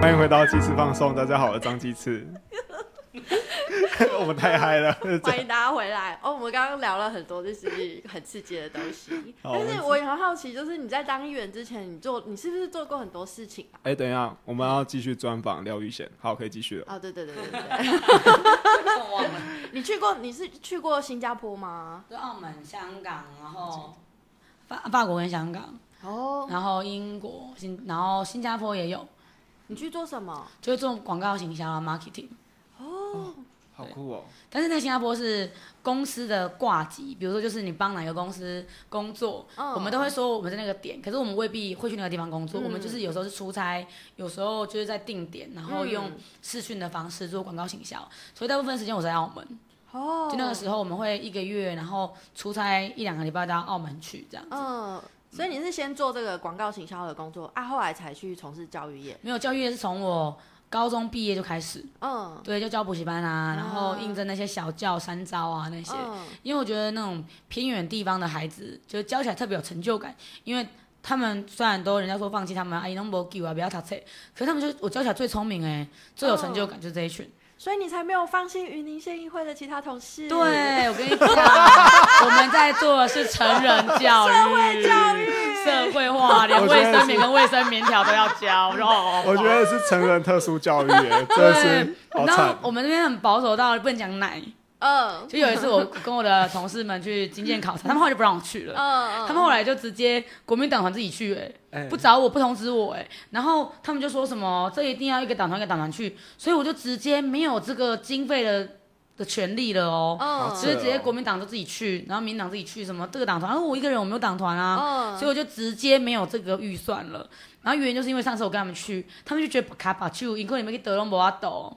欢迎回到鸡翅放送，大家好，我是张鸡翅。 我们太嗨 了，是这样欢迎大家回来哦！我们刚刚聊了很多就是很刺激的东西，好但我们是我也很好奇，就是你在当议员之前，你做你是不是做过很多事情啊？哎、等一下，我们要继续专访廖玉贤，好，可以继续了。哦，对对对对对，我们对你去过你是去过新加坡吗？ 就澳门、香港，然后法法国跟香港，哦，然后英国新，然后新加坡也有，你去做什么？就是做广告行销啊，marketing。哦，好酷哦！但是在新加坡是公司的挂级，比如说就是你帮哪个公司工作，嗯我们都会说我们在那个点，可是我们未必会去那个地方工作，嗯我们就是有时候是出差，有时候就是在定点，然后用嗯视讯的方式做广告行销，所以大部分时间我在澳门。哦，就那个时候我们会一个月，然后出差一两个礼拜到澳门去这样子。嗯，所以你是先做这个广告行销的工作啊，后来才去从事教育业。没有教育业是从我高中毕业就开始，嗯，对，就教补习班哦啊，然后啊应征那些小教、三招啊那些。嗯因为我觉得那种偏远地方的孩子，就是教起来特别有成就感，因为他们虽然都人家说放弃他们，啊，你都没救啊，不要读册，可是他们就我教起来最聪明哎、最有成就感就是这一群。所以你才没有放心云林县议会的其他同事。对，我跟你讲，我们在做的是成人教 育、社会教育、社会化，连我觉得卫生是棉跟卫生棉条都要教。然后我觉得是成人特殊教育 耶，真的是对，好然后哦惨。我们那边很保守到不能讲奶。嗯，就有一次我跟我的同事们去金建考察，他们后来就不让我去了。嗯，嗯，他们后来就直接国民党团自己去、欸，哎不找我，不通知我、欸，然后他们就说什么这一定要一个党团一个党团去，所以我就直接没有这个经费的的权利了哦、嗯就是直接国民党就自己去，然后民党自己去什么这个党团，然、后我一个人我没有党团啊，嗯所以我就直接没有这个预算了。然后原因就是因为上次我跟他们去，他们就觉得卡巴丘，因为你们去德隆博阿斗，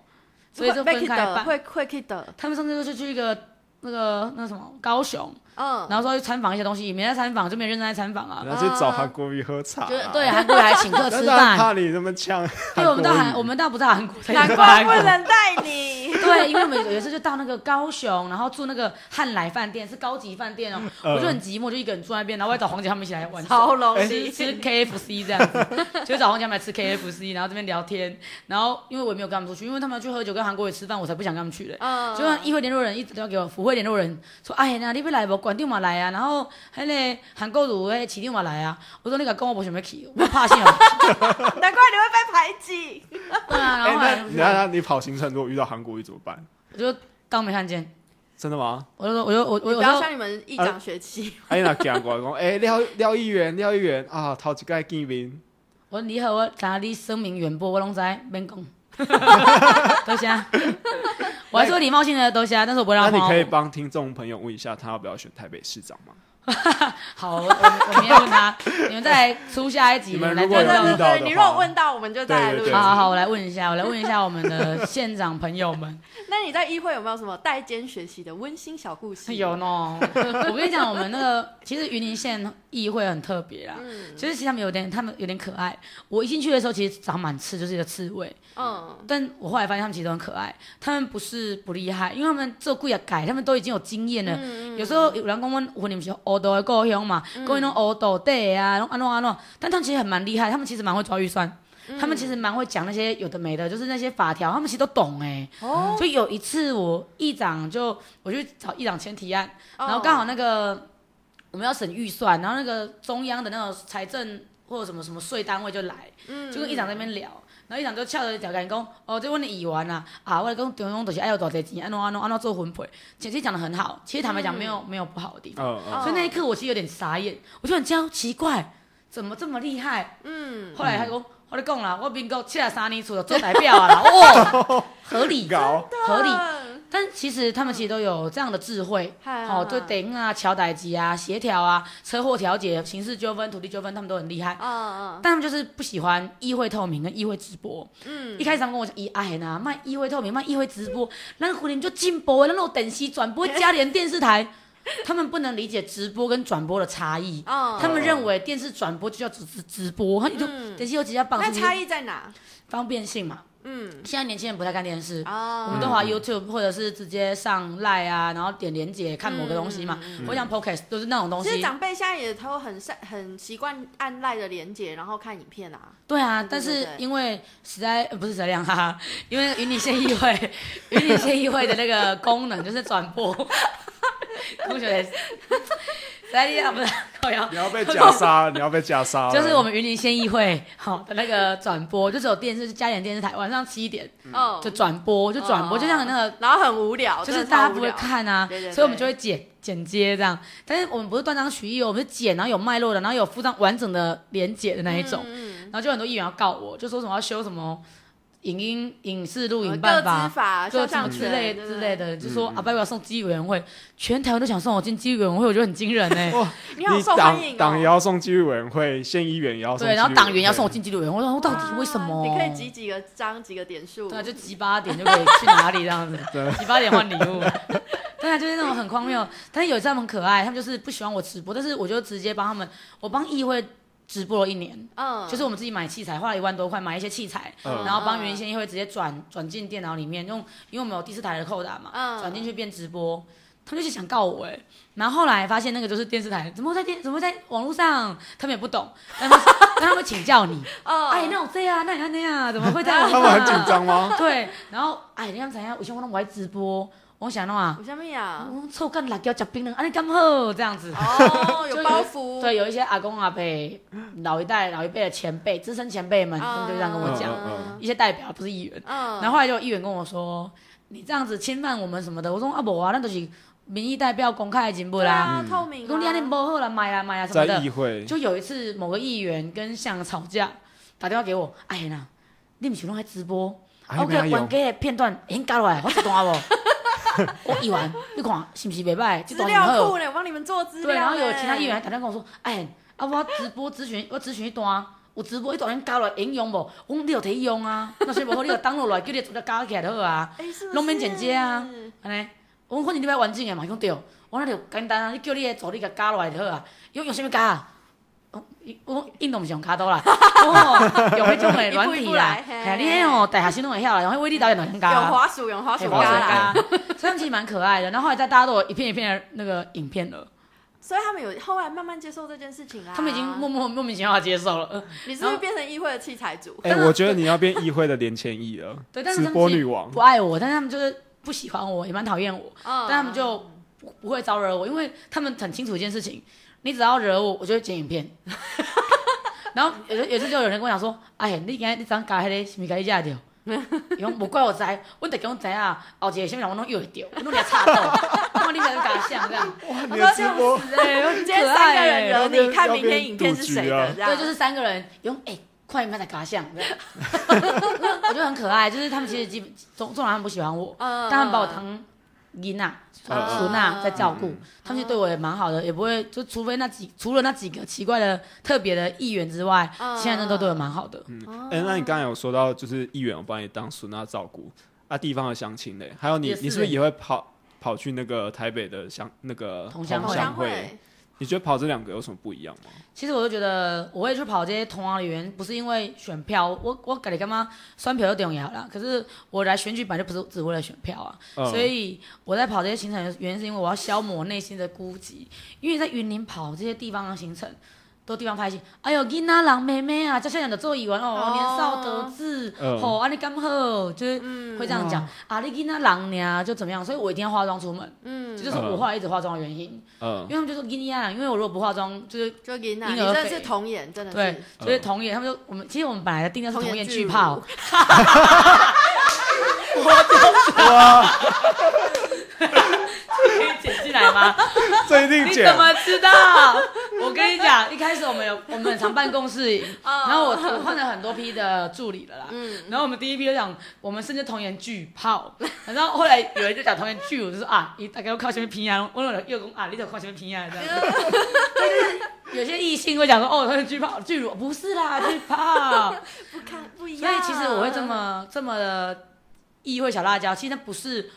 所以就分开办。会会 k 的，他们上次就是去一个那个那个什么高雄，嗯，然后说去参访一些东西，也没在参访，就没认真在参访啊。人家去找韩国瑜喝茶、啊就是对，韩国来请客但吃是他饭，怕你这么呛。对，我们到国瑜韩，我们到不到韩 国，难怪不能带你。对，因为我们有一次就到那个高雄，然后住那个汉来饭店，是高级饭店哦，嗯我就很寂寞，就一个人住在那边，然后我还找黄姐他们一起来玩耍， 超容吃易吃 KFC 这样子，就找黄姐他们来吃 KFC，然后这边聊天，然后因为我也没有跟他们出去，因为他们要去喝酒跟韩国人吃饭，我才不想跟他们去嘞。嗯，就像议会联络人一直都要给我，府会联络人说，哎呀，那你要来不？馆长嘛来啊，然后迄个韩国路迄市长嘛来啊，我说你个跟我不想要去，我怕性啊。难怪你会被排挤。 对 啊， 然哎、后后那来你那你跑行程，如果遇到韩国瑜怎么办？我就当没看见，真的 吗？我就说，我就我我不我要就像你们议长学期，哎，那讲过来讲，哎、廖廖议员，廖议员啊，头一届见面，我你好，我查你声名远播，我拢知，免 讲。多谢。我还是会礼貌性的多谢，但是我不会让那他你骂可以我。帮听众朋友问一下，他要不要选台北市长吗？好，我我我明天问他，你们再来出下一集，你们来如果真有正遇到的话你如果问到，我们就再来录对。呃好好好，我来问一下，我来问一下我们的县长朋友们。那你在议会有没有什么代间学习的温馨小故事？有， 呢，我跟你讲，我们那个其实云林县议会很特别啦，嗯就是其实他们有点，他们有点可爱。我一进去的时候，其实长满刺，就是一个刺猬。嗯，但我后来发现他们其实都很可爱，他们不是不厉害，因为他们做故意改，他们都已经有经验嗯了。有时候有哦人讲阮婚姻是黑道的故乡嘛，嗯讲伊拢黑道底的啊，拢安怎安怎，但他们其实很蛮厉害，他们其实蛮会抓预算。嗯他们其实蛮会讲那些有的没的，就是那些法条，他们其实都懂哎、哦，就有一次我议长就我去找议长签提案，哦然后刚好那个我们要审预算，然后那个中央的那种财政或者什么什么税单位就来，嗯就跟议长在那边聊，然后议长就翘着条杆讲，哦，这问你议完啊，啊，我讲中央就是爱有多少钱，安怎安怎安怎做分配，其实讲的很好，其实坦白嗯讲没有、没有不好的地方，嗯哦嗯，所以那一刻我其实有点傻眼，我就很焦奇怪，怎么这么厉害？嗯，后来他讲。我跟你讲啦，我民国七十三年出了做代表啊啦，哦， 合理，搞合理，嗯但其实他们其实都有这样的智慧，嗨好、对等啊、桥代级啊、协调啊、车祸调解、刑事纠纷、土地纠纷，他们都很厉害。嗯嗯但他们就是不喜欢议会透明跟议会直播。嗯，一开始他们跟我讲，咦，哎呐，卖议会透明，卖议会直播，那个湖林就进播，那种等息转播加联电视台，他们不能理解直播跟转播的差异。嗯他们认为嗯电视转播就叫直直直播，他就等息有几家榜那上差异在哪？方便性嘛，嗯现在年轻人不太看电视，我啊们都滑 YouTube 或者是直接上 Line 啊，然后点连接看某个东嗯西嘛。我想 Podcast 都是那种东其实西。长辈现在也都很善很习惯按赖的连接，然后看影片啊。对啊，对对但是对因为实在呃不是这样 哈哈，因为云林县议会， 云林县议会的那个功能就是转播， 同学实在力啊不是靠腰你，要被夹杀，你要被夹杀了，就是我们云林县议会好的那个转播，就只有电视家里的电视台晚上七点哦嗯就转播，就转播，就像那个然后很无聊，就是哦真的超大家无不会聊看啊，对对对所以我们就会剪剪接这样。但是我们不是断章取义哦，我们是剪，然后有脉络的，然后有附上完整的连结的那一种。嗯嗯然后就很多议员要告我，就说什么要修什么影音影视录影哦呃各办执法。法、就肖什么像之类权之类。对的，就说嗯啊，拜拜，要送基委员会，全台湾都想送我进基委员会，我觉得很惊人 哎、哇，不对你好你受欢迎党哦党也要送纪律委员会，县议员也要送纪律委员会，对，然后党员要送我进基委员会，我说到底哇为什么？啊你可以集几个章、几个点数。对啊，就挤八点就可以去哪里这 样子对，挤八点换礼物。 对啊，就是那种很荒谬，但是有一次他们很可爱，他们就是不喜欢我直播，但是我就直接帮他们，我帮议会直播了一年，嗯，就是我们自己买器材，花了一万多块买一些器材，嗯然后帮云林县议会直接转转进电脑里面，用因为我们有第四台的扣打嘛，嗯转进去变直播。他们就是想告我哎、然后后来发现那个就是电视台，怎么会在电，怎么会在网络上，他们也不懂，但他们但他们会请 教你，哦，哎，那我这样，那你那样，啊怎么会这样？他们很紧张吗？ 对，然后哎，你敢知影？有时我拢爱直播，我想弄啊，有哦什么 呀？我臭干辣椒食槟榔，安尼刚好这样子。哦，就有有包袱。对，有一些阿公阿伯、老一代、老一辈的前辈、资深前哦辈们，他们就这样跟我讲，嗯一些代表不是议员。嗯，然后后来就有议员跟我说：“你这样子侵犯我们什么的。”我说：“啊，无啊，那都是民意代表公开的进步对啦。啊，嗯透”明啊。公你安尼无好啦，买啦啊买啦什在么的议。会，就有一次，某个议员跟向吵架，打电话给我，哎呀呐，你们是拢在直播？啊我你哪给有冤家的片段已经搞落来，我一段无。 我议员，你看是不是袂歹？这资段很料好库。呢，我帮你们做资料。对，然后有其他议员还。打电话跟我说，哎，啊，我直播咨询，我咨询一段，有直播一段已经搞落来，应用无？我讲你有提 用啊，那是无好，你就 download 落来，叫你做只搞起来就好啊。哎，是不嗯拢免是剪接啊安尼，我讲反正你要完整诶嘛，伊讲对，我那就简单啊，你叫你诶助理甲加落来就好啊，伊讲用啥物加啊？哦伊我讲运动毋是用 加刀啦，哦，用迄种诶软一步一体步啦来，嘿嘿，你迄哦大学生拢会晓啦，然后威力导演就用加有啊，滑鼠，有滑嘿鼠滑嘎鼠啦。 加，所以他们其实蛮可爱的。然后后来在大家都有一片一片的那个影片了，所以他们有后来慢慢接受这件事情啦。啊他们已经默默莫名其妙地接受了，呃你是不是变成议会的器材组？哎、我觉得你要变议会的连千亿了， 对，但是直他播们女是王不，爱我，但是他们就是不喜欢我，也蛮讨厌我。嗯，但他们就不不会招惹我，因为他们很清楚一件事情，你只要惹我，我就会剪影片。然后有时有时就有人跟我讲说，哎，你今日你怎搞迄个什么搞你假掉？伊讲无怪我知，我得给我知啊，后一个什么人我拢约会着，我拢给他插到，我你在搞像这样，哇，你的我说直这样播子哎，我今天可三个爱人欸惹要变你，看要明天变影片赌是局谁啊的，这样嗯对，就是三个人，伊讲哎，快点，快点搞像这样，我觉得很可爱，就是他们其实基本纵纵然他们不喜欢我，嗯但他们把我当啊囡仔、嗯孙仔在照顾嗯，他们其实对我也蛮好的，也不会就除非那几除了那几个奇怪的特别的议员之外，嗯现在真的都对我蛮好的。哦嗯，哎、那你刚才有说到，就是议员我帮你当孙娜照顾啊，地方的乡亲嘞，还有你，也是你是不是也会跑跑去那个台北的乡那个同乡同会乡会？，你觉得跑这两个有什么不一样吗？其实我就觉得我会去跑这些同行的原因，不是因为选票，我我感觉干嘛选票就重要啦。可是我来选举本来就不是只为了选票啊，嗯所以我在跑这些行程的原因是因为我要消磨内心的孤寂，因为在云林跑这些地方的行程。都地方拍戏，哎呦，囡仔人妹妹啊，这些人就做议员哦，哦年少得志，嗯吼、啊你刚好，就是嗯会这样讲、啊，你囡仔人呢就怎么样，所以我一定要化妆出门，嗯这就是我后来一直化妆的原因，因嗯，为他们就说囡仔人，啊因为我如果不化妆，就是就给你拿，你婴儿真的肥是童颜，真的对是。，所以童颜他们就我们其实我们本来的定调是童童颜颜巨巨乳 炮，可以剪进来吗？这一定你剪怎，么知道？我跟你讲，一开始我们有我们很常办公室，然后我我换了很多批的助理了啦。然后我们第一批就讲，我们甚至童颜巨炮，然后后来有人就讲童颜巨乳，就说啊，你大概要靠前面拼啊，我有又讲啊，你得靠前面拼啊这样。就是有些异性会讲说，哦，童颜巨炮巨乳不是啦，巨炮。不看不一所样。以其实我会这么这么的意会小辣椒，其实那不是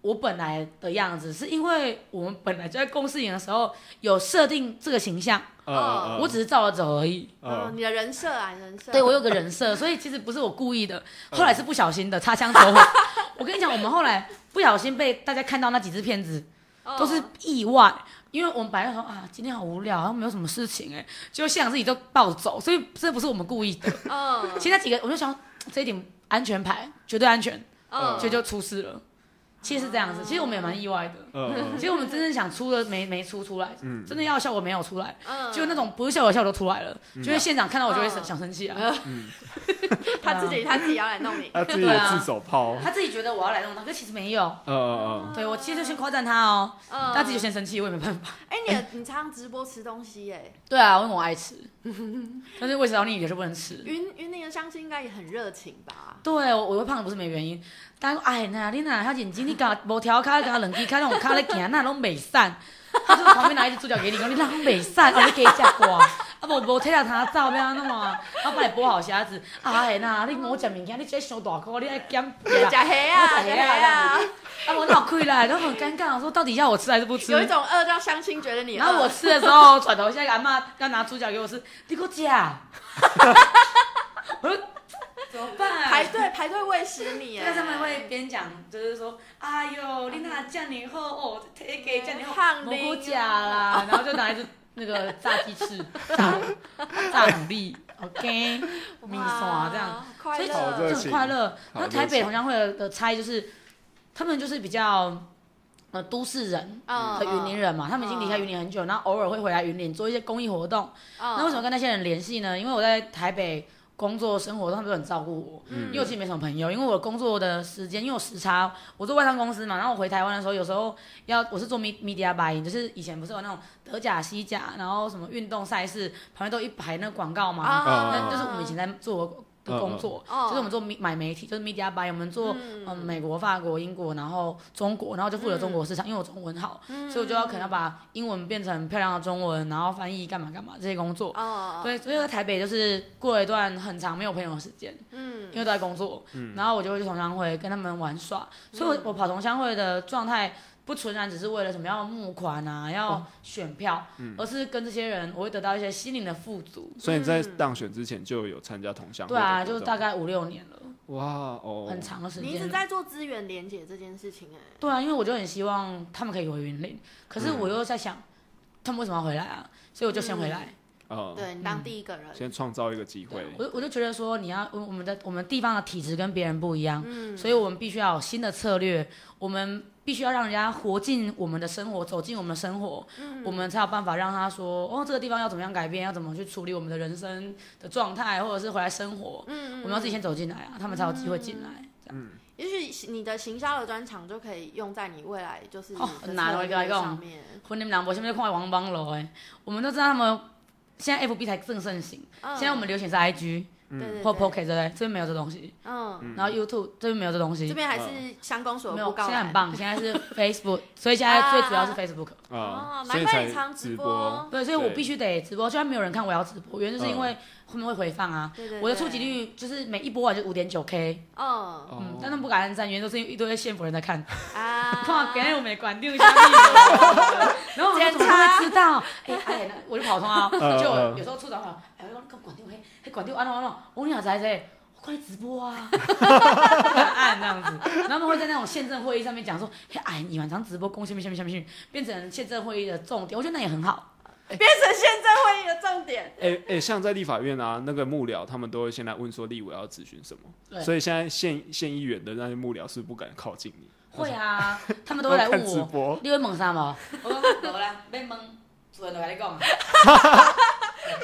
我本来的样子，是因为我们本来就在公司演的时候有设定这个形象，呃呃，哦我只嗯是照着走而已。哦，呃，你的人设啊，你的人设。对我有个人设，所以其实不是我故意的，后来是不小心的，擦枪走火。 我跟你讲，我们后来不小心被大家看到那几支片子，哦都是意外，因为我们本来说啊，今天好无聊，好像没有什么事情哎，结果现场自己就暴走，所以这不是我们故意的。嗯其实那几个我就想，这一点安全牌绝对安全，嗯，所以就出事了。其实是这样子，其实我们也蛮意外的。呃呃， 其实我们真正想出的没没出出来，嗯真的要效果没有出来，嗯就那种不是效果的效果都出来了，就会现场看到我就会想嗯想生气啊。 他自己他自己要来弄 你，他自己对的啊自首炮，他自己觉得我要来弄他，可其实没有。呃呃对我其实就先夸赞他哦，嗯他自己就先生气，我也没办法。哎，你的你常常直播吃东西哎，对啊，因为我爱吃， 但是为什么你也是不能吃？云云林的相亲应该也很热情吧？对，我我会胖不是没原因。大家说，哎，那你那他眼睛你搞无调卡，搞冷气卡，让我卡咧行，那拢袂散。他就旁边拿一只猪脚给你，讲你那拢袂散，哦，你加食瓜，啊无无摕下他走要安怎啊？啊，帮你剥好虾子。哎，那你我食物件，你这伤大颗，你爱减肥对，啦假黑啊，我假吃黑虾啊啊，啊，我脑亏啦，都很尴尬，我说到底要我吃还是不吃？有一种饿到相亲觉得你饿，然后我吃的时候，转头下一个阿妈要拿猪脚给我吃，你给我夹， 我说怎么办？排队排队喂食你哎，但他们会边讲，就是说，哎呦，你那酱年后哦，推给酱年后胖蘑菇丁夹啦，然后就拿一只那个炸鸡翅，炸炸牡蛎，OK，哇米刷这样，，快所以好热乐，就很快乐。好然热后台北情同乡会的差异就是，他们就是比较呃都市人，嗯和云林，人嘛，他们已经离开云林很久，然后偶尔会回来云林做一些公益活动。那那为什么跟那些人联系呢？因为我在台北工作生活，他们都很照顾我。嗯因为我其实没什么朋友，因为我工作的时间，因为我时差，我做外商公司嘛，然后我回台湾的时候，有时候要我是做 me- media buying，就是以前不是有那种德甲、西甲，然后什么运动赛事旁边都一排那个广告嘛，啊那就是我们以前在做的工作，嗯嗯嗯就是我们做 me- 买媒体，就是 media buy，我们做嗯嗯、美国、法国、英国，然后中国，然后就负责中国市场，因为我中文好，嗯所以我就要可能要把英文变成漂亮的中文，然后翻译干嘛干嘛这些工作。哦，对，所以在台北就是过了一段很长没有朋友的时间，嗯因为都在工作，然后我就会去同乡会跟他们玩耍，嗯所以我我跑同乡会的状态不纯然只是为了什么要募款啊，哦要选票，嗯而是跟这些人我会得到一些心灵的富足。所以你在当选之前就有参加同乡会嗯对的活动？啊，就是大概五六年了，哇哦，很长的时你一间直了。在做资源连接这件事情哎，对啊，因为我就很希望他们可以回云林，可嗯是我又在想，他们为什么要回来啊？所以我就先回来。哦嗯，对你当第一个人，先创造一个机会，我我就觉得说，你要我我们的我们地方的体质跟别人不一样，嗯所以我们必须要有新的策略，我们必须要让人家活进我们的生活，走进我们的生活，嗯我们才有办法让他说，哦，这个地方要怎么样改变，要怎么去处理我们的人生的状态，或者是回来生活，嗯我们要自己先走进来啊，他们才有机会进来。这样也许你的行销的专长就可以用在你未来就是哦很难哦我你跟他讲上面，婚恋男博现在就看王邦楼哎，我们都知道他们现在 FB 才正盛行，嗯现在我们流行是 IG 对对或对 Pocket 对不对？这边没有这东西，嗯，然后 YouTube 这边没有这东西这。边还是乡公所没的有布，告现在栏很棒，现在是 Facebook，所 以现在最主要是啊 Facebook。啊哦，所以难怪才你常直直哦播，对，所以我对必须得直播，虽然没有人看，我要直播，原因就是因为后面会回放啊。对对我的触及，率就是每一播完就五点九 K，嗯哦嗯，但他们不敢按赞，原因都是因为一堆县府人在看，啊，看给我没管定下面，然后我检们查怎么会知道？哎哎，那我就跑通啊，嗯就嗯有时候处长啊，哎，我讲管定嘿，嘿管定安怎安怎，我说你哪知道这？我快直播啊，按这样子，然后他们会在那种县政会议上面讲说，嘿，哎，你晚上直播攻下面下面下面下面，变成县政会议的重点，我觉得那也很好。变成宪政会议的重点，哎、哎、像在立法院啊，那个幕僚他们都会先来问说立委要咨询什么，对所以现在县县议员的那些幕僚是不敢靠近你，会啊，他们都会来问看直我，播，你会问啥无？我讲无啦，要问主任就跟你讲。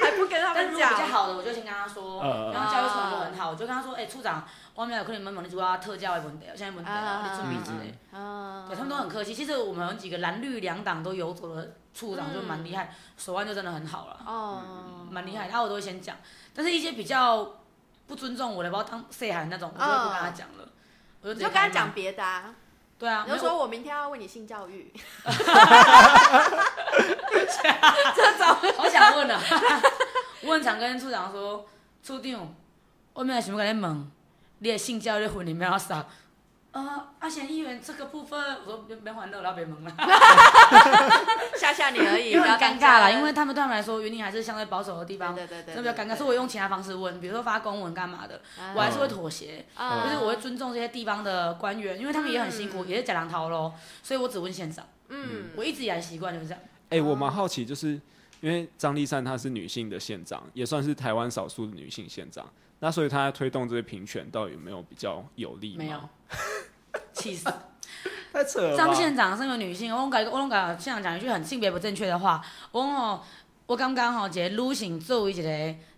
还不跟他但如们果比较讲，好的，我就先跟他说，嗯嗯然后教育传播很好，我就跟他说，哎，处长，我们有可能问问你主要特教的问题，现在问题啊啊，你准备之类。嗯，对，他们都很客气。其实我们有几个蓝绿两党都游走的处长就蛮厉害，手腕就真的很好了，嗯哦，蛮厉害。然后我都会先讲，但是一些比较不尊重我的，把我当谁喊那种，我就会不跟他讲了。我就哦你就直接跟他开讲骂，别的啊，对啊，你就没有说我明天要为你性教 育，好想问啊！ 我很常跟处长说，处长，我明仔想要甲你问，你的性教育婚礼要啥？呃，阿贤议员这个部分，我说别别还了，然后别蒙了，吓吓你而已，因为不很要尴当真尬啦，因为他们对他们来说，云林还是相对保守的地对方，对对对，那比较尴尬，所以我用其他方式问，比如说发公文干嘛的，啊我还是会妥协，啊就是我会尊重这些地方的官员，因为他们也很辛苦，也是假狼逃喽，所以我只问县长，嗯我一直以来习惯就是这样，哎、我蛮好奇，就是因为张丽善她是女性的县长，也算是台湾少数的女性县长，那所以她在推动这些平权，到底有没有比较有利？没有，，气死。太扯了吧。张县长是个女性，我拢甲我拢甲县长讲一句很性别不正确的话，我讲吼，我感觉吼，一个女性作为一个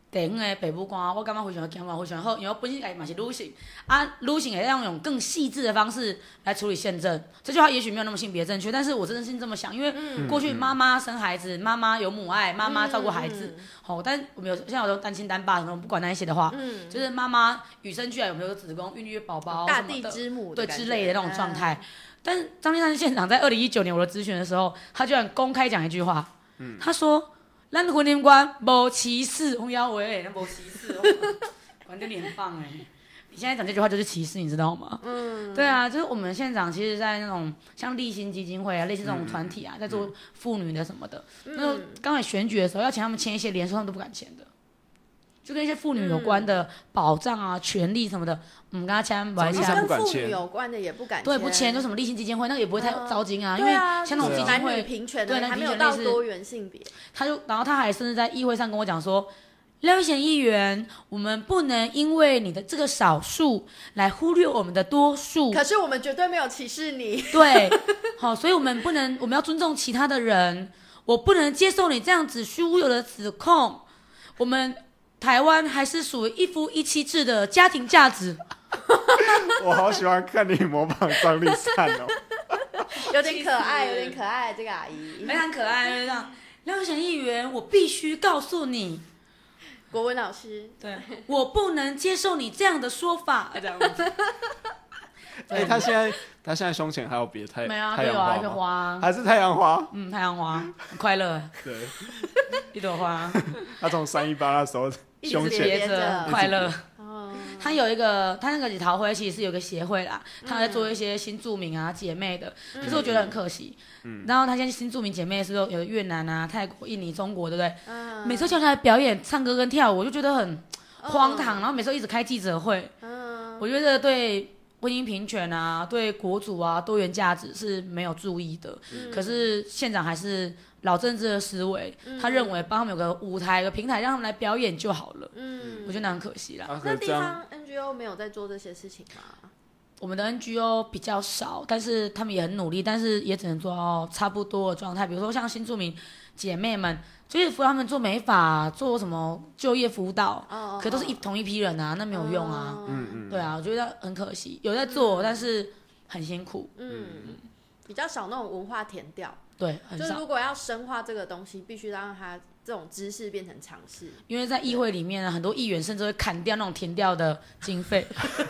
地方的北部官，我感觉非常骄傲，非常好，因为我本身也嘛是女性，啊，女性也要用更细致的方式来处理宪政。这句话也许没有那么性别正确，但是我真的是这么想，因为嗯过去妈妈生孩子，妈妈有母爱，妈妈照顾孩嗯子，，吼、但我们有现在我都单亲单爸，我不管那一些的话，嗯，就是妈妈与生俱来有没有子宫孕育宝宝大什么地的。之母对感之觉类的那种状态嗯。但是张立山县长在二零一九年我的咨询的时候，他居然公开讲一句话，他说：“咱婚姻观无歧视，红腰围，那无歧视，哦 管得脸棒哎。”你现在讲这句话就是歧视，你知道吗？嗯，对啊，就是我们县长其实，在那种像立新基金会啊，类似这种团体啊，在做妇女的什么的。嗯那时候刚才选举的时候，要请他们签一些联署，他们都不敢签的，就跟一些妇女有关嗯的保障啊、权利什么的，我们跟他签，不张然立签山跟不敢妇签女有关的也不敢对，不签签就什么立信基金会，那个也不会太嗯糟心啊，因对为啊像那就是种基金男女会，平权对的，男还女没有平权到类似多元性别，他就，然后他还甚至在议会上跟我讲说，廖一贤议员，我们不能因为你的这个少数来忽略我们的多数，可是我们绝对没有歧视 你，对，好，所以我们不能，我们要尊重其他的人，我不能接受你这样子虚无有的指控，我们。台湾还是属于一夫一妻制的家庭价值，我好喜欢看你模仿张丽善哦。有点可爱，有点可。可爱，这个阿姨非。常可爱，就是这样。廖显议员，我必须告诉你，国文老师，对 我不能接受你这样的说法，这样子。 哎、她现在她现在胸前还有别太 没有啊，太对阳有啊，一花个吗？花 啊，还是太阳花？嗯，太阳花，很快 乐，对，一朵花，她从三一八那时候一直胸叠前别着一直 快 乐。哦，他有一个，他那个李桃辉其实是有个协会啦，他在做一些新著名啊姐妹的，可是我觉得很可惜。嗯然后他现在新著名姐妹是有有越南啊、泰国、印尼、中国，对不对？嗯每次叫他来表演、唱歌跟跳舞，我就觉得很荒唐。嗯然后每次一直开记者会，嗯，我觉得对婚姻平权啊，对国主啊、多元价值是没有注意的。嗯可是县长还是老政治的思维，嗯他认为帮他们有个舞台、有个平台，让他们来表演就好了。嗯，我觉得很可惜啦。啊，可那是地这样方 NGO 没有在做这些事情吗？我们的 NGO 比较少，但是他们也很努力，但是也只能做到差不多的状态。比如说像新住民姐妹们，就是扶他们做美发、做什么就业辅导，哦，可都是一哦同一批人啊，那没有用啊。，嗯对啊，我觉得很可惜，有在做，但是很辛苦。嗯，比较少那种文化填调，对，很就是少，如果要深化这个东西，必须让它这种知识变成常识。因为在议会里面呢，很多议员甚至会砍掉那种填掉的经费，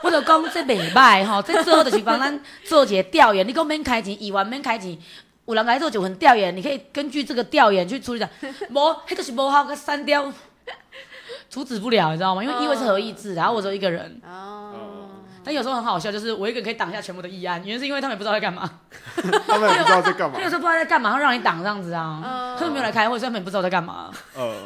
或者讲这袂歹吼，这做就是帮咱做一个调研，你讲免开钱，议员免开钱。有人来做就很调研，你可以根据这个调研去处理的。无，那就是无效，给删掉， 阻止不了，你知道吗？因为议会是合议制，然后我只有一个人，哦，但有时候很好笑，就是我一个人可以挡下全部的议案，原因是因为他们也不知道在干嘛。他们也不知道在干嘛 他。有时候不知道在干嘛，他让你挡这样子啊嗯。他们没有来开会，所以他们也不知道在干嘛。 呃，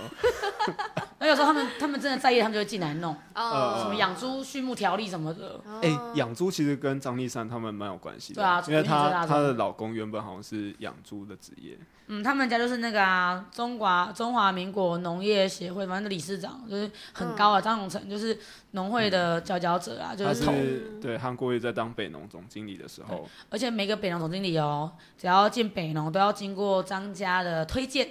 那有时候他们他们真的在意，他们就会进来弄呃什么养猪畜牧条例什么的。哎、养猪其实跟张丽珊他们蛮有关系的，啊对因啊为我一直知她道她的老公原本好像是养猪的职业，嗯，他们家就是那个啊，中华中华民国农业协会，反正理事长就是很高啊，张永成就是农会的佼佼者啊，就她是头。嗯是对韩国瑜在当北农总经理的时候，而且每个北农总经理哦，只要进北农都要经过张家的推荐。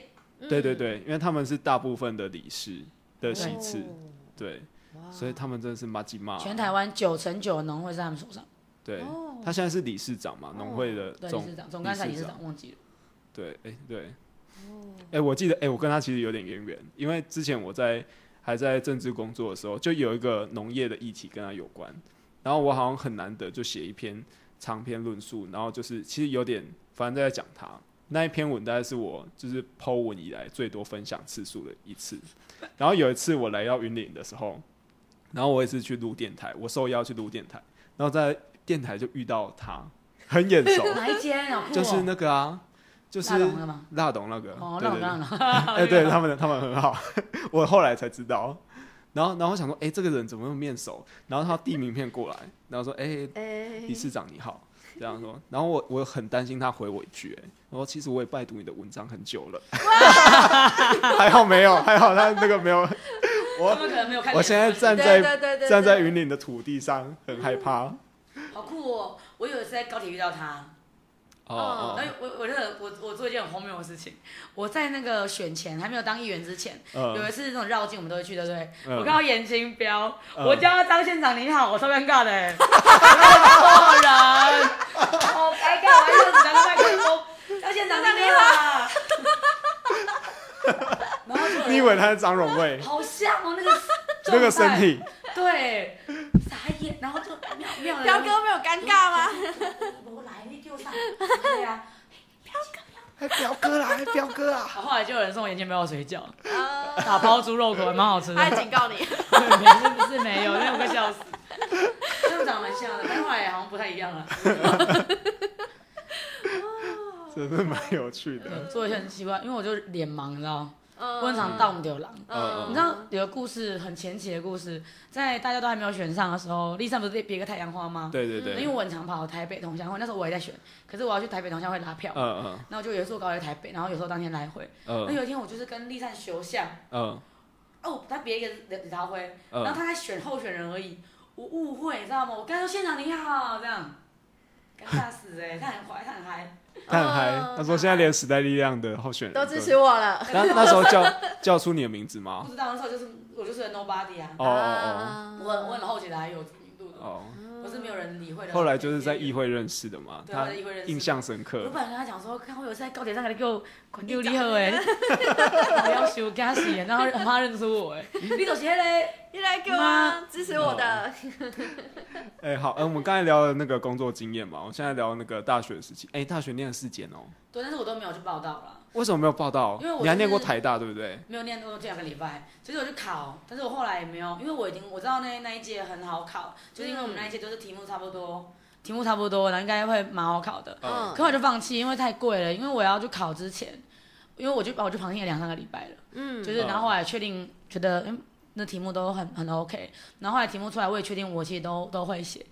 对对嗯对，因为他们是大部分的理事的席次，哦对，所以他们真的是马吉马。全台湾九成九的农会在他们手上，对哦，他现在是理事长嘛，农会的哦对，理总事长、总干事、理理事事长长忘记了。对，哎、对，哎、我记得，哎、我跟他其实有点渊源，因为之前我在还在政治工作的时候，就有一个农业的议题跟他有关，然后我好像很难得就写一篇长篇论述，然后就是其实有点，反正在讲他那一篇文，大概是我就是剖文以来最多分享次数的一次。然后有一次我来到云林的时候，然后我也是去录电台，我受邀去录电台，然后在电台就遇到他，很眼 熟，哪一间啊？就是那个啊，就是大龙的吗？辣董那个，哦，对对那我对当然了，哎、 对他们，他们很好， 我后来才知道。然后，然后我想说，哎、这个人怎么那么面熟？然后他递名片过来，然后说，哎、哎理事长你好，这样说。然后我我很担心他回我一句、哎，我说其实我也拜读你的文章很久了， 还好没有，还好他那个没有。 他我们可能没有看脸。我现在站对在对对对，站在云岭的土地上，很害怕。嗯好酷哦！我有一次在高铁遇到他，哦然哦后哎我我那个我我做一件很荒谬的事情，我在那个选前还没有当议员之前，有嗯一次那种绕境我们都会去，对不对？嗯我看到严清标，嗯我叫他张县长你好，我超尴尬 的、欸，错人，好尴尬，我还用拿个麦克风，张县长你 好，啊然后就有人你以为他是张荣卫 好像哦那个那个身状态，体？对，傻眼，然后就妙妙的彪哥没有尴尬吗？啊我来，你给我上，对呀、啊。哎，彪哥啦，哎，彪哥啊！后来就有人送我盐煎包水饺，啊，打包猪肉口，还蛮好吃的。他还警告你，没不是没有，那我快笑 死。真的长得蛮像的，但后来好像不太一样了。 真的蛮有趣的。嗯做一些很奇怪，因为我就脸盲，你知道吗？嗯 我很常到丢狼。嗯你知道有个故事很前期的故事，在大家都还没有选上的时候，丽珊不是别个太阳花吗？对对嗯因对，为我很常跑台北同乡会，那时候我也在选，可是我要去台北同乡会拉票，嗯嗯然后就有一次我搞在台北，然后有时候当天来回。那嗯有一天我就是跟丽珊学像，嗯哦，他别一个李李朝辉，然后嗯，他在选候选人而已，我误会，你知道吗？我跟他说县长你好，这样，尴尬死 哎、欸，他很怀，他很嗨，他很嗨。呃他说现在连时代力量的候选人都支持我了。那那时候叫叫出你的名字吗不？知道那时候就是我就是个 nobody 啊，哦哦嗯我我很好奇才有名度哦的，哦，我是没有人理会的。后来就是在议会认识的嘛，对，后他来议会认识印。象深我刻。本来跟他讲说，看我有一次在高铁上给你给我管丢你好哎， 我要修给他洗，然后很怕认出 我哎，你就是那个你来给我啊支持我哦的，哎，好，嗯，我们刚才聊了那个工作经验嘛，我现在聊那个大学的事情。哎，大学念了四年哦，对，但是我都没有去报道了。为什么没有报道因为我？你还念过是台大对不对？没有念多这两个礼拜，所以我就考，但是我后来也没有，因为我已经我知道那那一届很好考，就是因为我们那一届都是题目差不多，题目差不多，然后应该会蛮好考的。嗯可我就放弃，因为太贵了，因为我要去考之前，因为我就我就旁听了两三个礼拜了，嗯就是嗯然后后来确定觉得嗯那题目都很很 OK，然后后来题目出来我也确定我其实都都会写，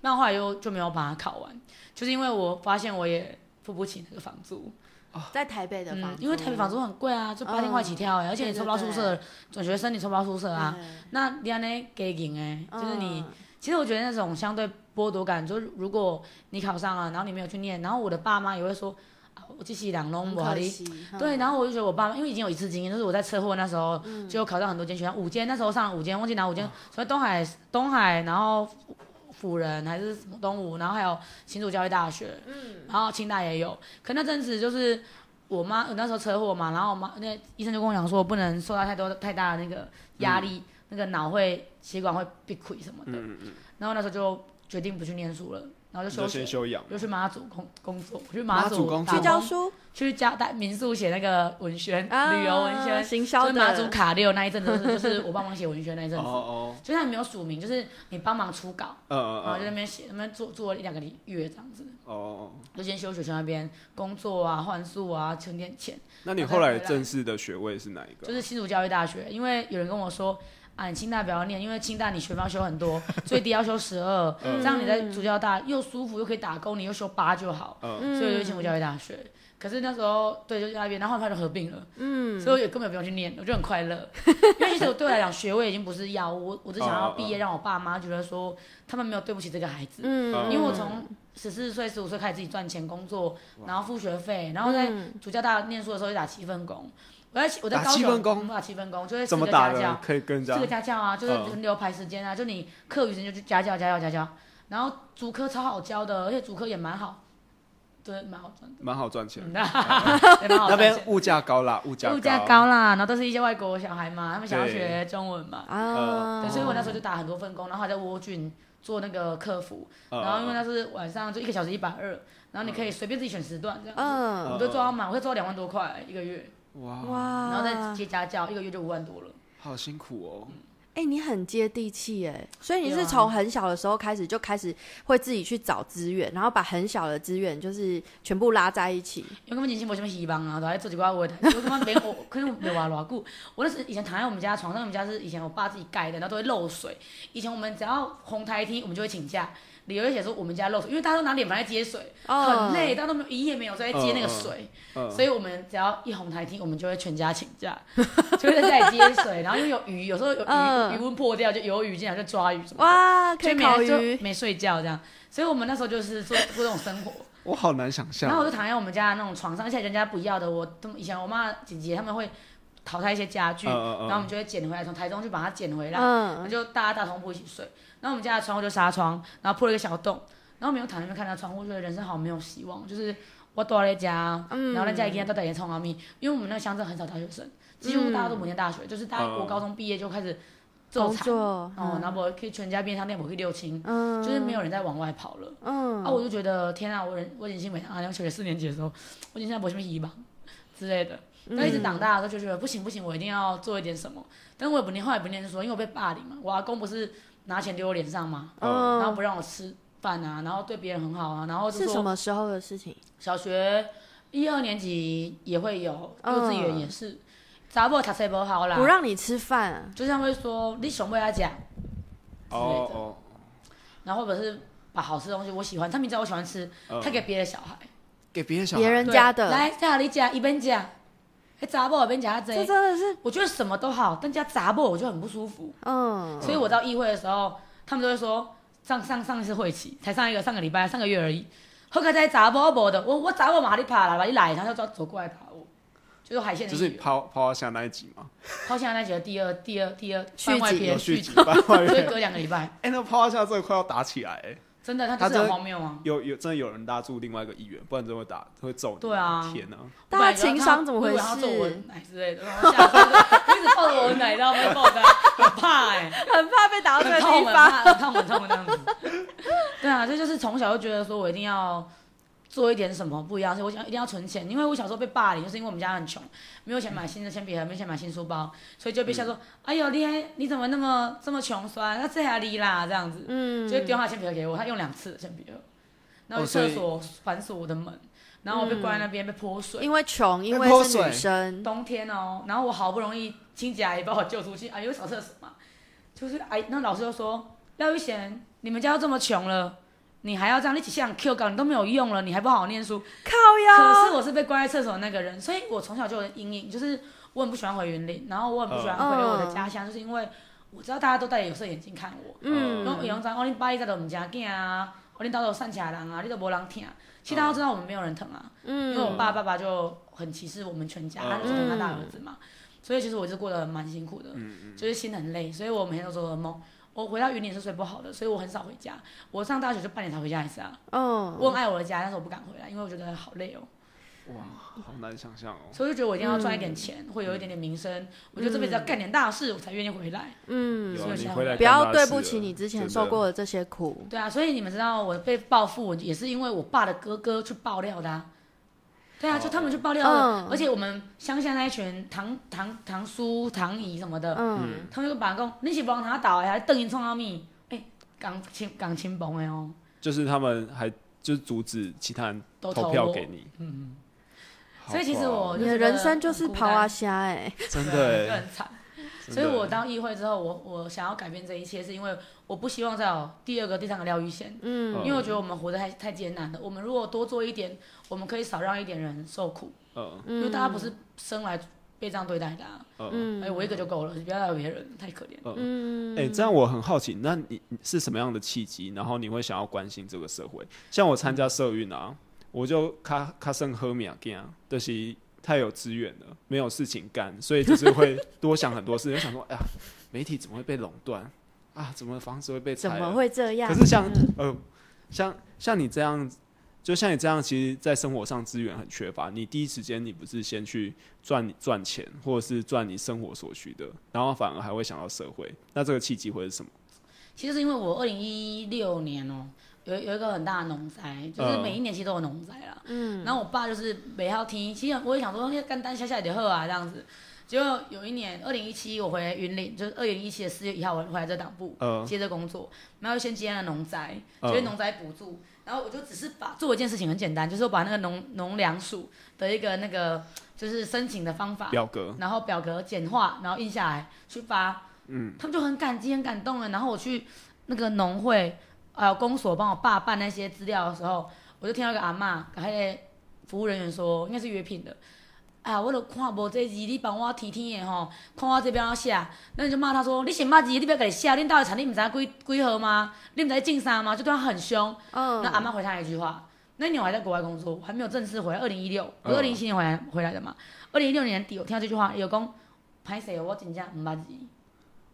那后来又就没有把它考完，就是因为我发现我也付不起那个房租。哦在台北的房嗯，租，嗯因为台北房租很贵啊，就八千块起跳、欸，而且你抽不到宿舍，转学生你抽不到宿舍啊。对，那你安尼给赢哎，就是你，嗯其实我觉得那种相对剥夺感，就是如果你考上了，然后你没有去念，然后我的爸妈也会说，啊，我这是人拢很无可你。惜，对，嗯然后我就觉得我爸妈，因为已经有一次经验，就是我在车祸那时候，嗯就考上很多间学校，五间那时候上了五间，忘记哪哦五间，所以东海东海，然后辅仁还是什么东吴，然后还有新竹教育大学，嗯然后清大也有，可那阵子就是我妈，我那时候车祸嘛，然后我妈那医生就跟我讲说，我不能受到太多太大的那个压力，那个脑会血管会闭溃什么的。嗯嗯嗯嗯，然后那时候就决定不去念书了，然后你就休就先学，休养。就去马祖工工作，我去马祖祖工打作去教工书，去加带民宿写那个文宣，啊嗯旅游文宣，行就销是的马祖卡六那一阵子，就是就是我帮忙写文宣那一阵哦子，哦，就是他没有署名，就是你帮忙出稿，嗯然嗯后就嗯，在那边写，那边做做了一两个月这样子。哦哦。就先休学去那边工作啊、换宿啊、存点钱，那你后来正式的学位是哪一个？就是新竹教育大学。因为有人跟我说，啊，你清大不要念，因为清大你学分要修很 多，最低要修十二，嗯这样你在主教大又舒服又可以打工，你又修八就好。嗯所以我就去新竹教育大学。可是那时候对，就在那边，然后后来他就合并了，嗯，所以我也根本不用去念，我就很快 乐，因为其实我对我来讲，学位已经不是要我，我只想要毕业，让我爸妈觉得说他们没有对不起这个孩子，嗯因为我从十四岁、十五岁开始自己赚钱工作，然后付学费，然后在主教大念书的时候就打七份工。我在我在打高七雄份工嗯打七份工，就会怎么四个打家的教，？可以跟四人个家家教啊，就是嗯轮流排时间啊，就你课余时间就去家教、家教、家教，然后主科超好教的，而且主科也蛮好，对，蛮好赚蛮好赚钱。 的，也蛮好啊那赚边钱。物价高啦，物价哦物价高啦，然后都是一些外国小孩嘛，他们想要对学中文嘛，呃啊对，所以我那时候就打很多份工，然后还在蜗郡做那个客服，嗯然后因为那是晚上就一个小时一百二，然后你可以随便自己选时段这哦样嗯子，我都做到满，我会做到两万多块一个月，哇，哇，哦然后再接家教，一个月就五万多了。好辛苦哦。哎、你很接地气哎，所以你有是啊从很小的时候开始就开始会自己去找资源，然后把很小的资源就是全部拉在一起。因为根本人生没什么希望啊，都在做几挂我，我根本没我， 可是我没玩多久。我那时以前躺在我们家床上，我们家是以前我爸自己盖的，然后都会漏水。以前我们只要红台梯，我们就会请假，理由就写说我们家漏水，因为大家都拿脸盆来接水，哦很累，大家都没有一夜没有在接那个水，哦嗯，所以我们只要一红台梯，我们就会全家请假， 就会在家里接水。然后又有鱼，有时候有鱼、嗯鱼温破掉，就有鱼进来就抓鱼什么的，哇，可所以以每烤天就鱼，没睡觉这样。所以我们那时候就是做过这种生活。我好难想然后我就象。躺在我们家那种床上，而且人家不要的，我都以前我妈姐姐他们会淘汰一些家具，嗯嗯嗯然后我们就会捡回来，从台中去把它捡回来，然后嗯，就大家大同铺一起睡。然后我们家的窗户就纱窗，然后破了一个小洞，然后我们又躺在那边看到窗户，觉得人生好没有希望，就是我躲在家，嗯然后在家一天到大也冲阿咪，因为我们那个乡镇很少大学生，几乎大家都不念大学，就是大家嗯我高中毕业就开始做工产，作，哦，然后我可以全家便利商店，我可以六亲，嗯，就是没有人再往外跑了。嗯，啊，我就觉得天啊，我人我已经没啊，像小学四年级的时候，我已经在没什么希望之类的。嗯但一直长大的时候就觉得不行不行，我一定要做一点什么。但是我也不念，后来不念书，因为我被霸凌嘛。我阿公不是拿钱丢我脸上嘛，嗯然后不让我吃饭啊，然后对别人很好啊，然后就是什说么时候的事情？小学一二年级也会有，幼嗯稚园也是，查某读册不好不啦，让你吃饭啊、就像会说你熊不要讲，哦哦，然后或者是把好吃的东西我喜欢，他明知道我喜欢吃，嗯他给别的小孩。给别人小孩别人对家的，来在你家一边讲，哎，杂某一边讲这这多。真的是，我觉得什么都好，但加杂某我就很不舒服。嗯，所以我到议会的时候，他们都会说上上上一次会期，才上一个上个礼拜上个月而已。后来在杂某某的，我我杂某嘛你怕啦，把你来，然后就走过来打我，就是海鲜的就议是员。抛抛到下那一集嘛，抛下那集的第二第二第二续番外集篇有续续集集，吧？外所以 面隔两个礼 拜，哎，那抛到下这个快要打起来，哎真的他他就是真很荒谬啊。有有真的有人拉住另外一个议员，不然真的会打会揍你。对啊天哪！ 大家情商怎么回我以为他事做？我奶之类的，然后吓死，一直抱着我 奶，然后没有抱他，很怕哎、很怕被打到这个很地痛方。很痛很痛这样子。对啊，这就是从小就觉得说我一定要做一点什么不一样，所以我想一定要存钱，因为我小时候被霸凌，就是因为我们家很穷，没有钱买新的铅笔盒，没有钱买新书包，所以就被笑嗯说：“哎呦，你还你怎么那么这么穷酸？那这还你啦这样子。”嗯，就丢他铅笔盒给我，他用两次铅笔盒，然后哦去所厕以所反锁我的门，然后我被关在那边被泼水。因为穷，因被泼为是水女生，冬天哦，然后我好不容易清洁阿姨把我救出去，阿姨会扫厕所嘛，就是阿姨那老师就说廖玉贤，你们家都这么穷了，你还要这样一起像 Q 稿，你都没有用了，你还不好好念书。靠可呀，是我是被关在厕所的那个人，所以我从小就有阴影，就是我很不喜欢回云林，然后我很不喜欢回我的家乡，就是因为我知道大家都戴有色眼镜看我，嗯，然后有人讲哦，你爸一直在我们家囝啊，哦，你到底善家人啊，你都无人听，其实大家都知道我们没有人疼啊。因为我嗯，爸爸爸就很歧视我们全家，嗯他就是疼他大儿子嘛，所以其实我就过得蛮辛苦的，就是心很累，所以我每天都做噩梦。我回到云林是睡不好的，所以我很少回家。我上大学就半年才回家一次啊。我嗯，很爱我的家，但是我不敢回来，因为我觉得好累哦。哇，好难想象哦。所以我就觉得我一定要赚一点钱，会有一点点名声。我觉得这辈子要干点大事，我才愿意回来。嗯，有所啊，以我你现在回来不要干大对事不了起你之前真受过的这些苦。对啊，所以你们知道我被报复，我也是因为我爸的哥哥去爆料的、啊。对啊，哦就他们去爆料的，嗯而且我们乡下那一群堂堂堂叔、堂姨什么的，嗯，他们就把讲你是帮他倒的，还是邓英创阿咪？哎、港青港青帮的哦，就是他们还就是阻止其他人都投投票我给你。嗯，所以其实我你的人生就是很孤跑单啊虾哎，真对就的欸，很惨。真所以的我当议会之后，我我想要改变这一切，是因为我不希望再有第二个、第三个廖玉贤，嗯因为我觉得我们活得太太艰难了。我们如果多做一点，我们可以少让一点人受苦。嗯嗯，因为大家不是生来被这样对待的、啊，嗯哎、嗯，我一个就够了，你不要再有别人，太可怜。嗯，嗯，哎，这样我很好奇，那你你是什么样的契机，然后你会想要关心这个社会？像我参加社运啊，我就卡卡森喝米啊，就是太有资源了，没有事情干，所以就是会多想很多事，就想说，哎呀，媒体怎么会被垄断啊？怎么房子会被怎拆么了？会这样？可是像嗯呃，像像你这样，就像你这样，其实，在生活上资源很缺乏。你第一时间，你不是先去赚你赚钱，或者是赚你生活所需的，然后反而还会想到社会。那这个契机会是什么？其实是因为我二零一六年哦、有有一个很大的农灾，就是每一年其实都有哎农灾啦。嗯，然后我爸就是每要听，其实我也想说，干单下下也得喝啊这样子。结果有一年，二零一七我回云林，就是二零一七的四月一号，我回来这党部、呃接着工作，然后先接了农宅，嗯就是农宅补助，然后我就只是把做一件事情很简单，就是我把那个农农粮署的一个那个就是申请的方法，表格，然后表格简化，然后印下来去发，嗯，他们就很感激、很感动了。然后我去那个农会，呃，公所帮我爸办那些资料的时候，我就听到一个阿嬷跟迄个服务人员说，应该是约聘的。哎呀，我都看无这字，你帮我提提的吼，看我这边要写，那你就骂他说，你写捌字，你不要给你写，恁到底产你唔知几几号吗？你唔知进啥吗？就对他很凶。嗯，那阿妈回他一句话：那年我还在国外工作，我还没有正式回来。二零一六，我嗯二零一七年回来回来的嘛。二零一六年底，我听到这句话，有讲拍谁？我真正唔捌字。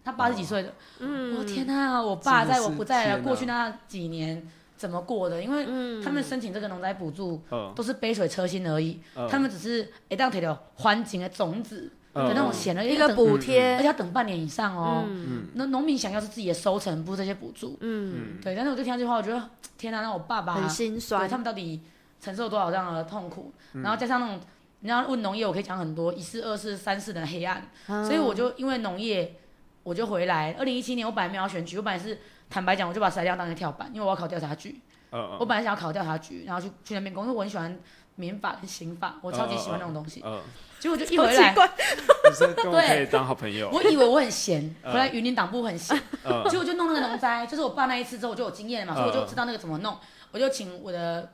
他八十几岁的，嗯我、天哪、我爸真的在是我不在天的哪过去那几年怎么过的？因为嗯他们申请这个农宅补助呃，都是杯水车薪而已，呃他们只是一当提到环境的种子嗯的那种显了一个，补而且贴，要等半年以上哦。嗯嗯那农民想要是自己的收成，不是这些补助。嗯，嗯，对，但是我就听到这句话，我觉得天哪、那我爸爸很心嗯对酸他，们到底承受多少这样的痛苦，然后加上那种，你要问农业，我可以讲很多一世、二世、三世的黑暗，所以我就因为农业，我就回来。二零一七年我本来没有要选举，我本来是坦白讲，我就把材料当成跳板，因为我要考调查局，呃我呃本来想要考调查局，然后去去那边工作，因为我很喜欢民法跟刑法，我超级喜欢那种东西。呃，结果我就一 好回奇来，怪，不是跟我可以当好朋友， 我以为我很闲，哦 嗯回来云林党部很闲，呃结果我就弄那个农灾，就是我爸那一次之后我就有经验了嘛，所以我嗯就嗯知道那个怎么弄，我就请我的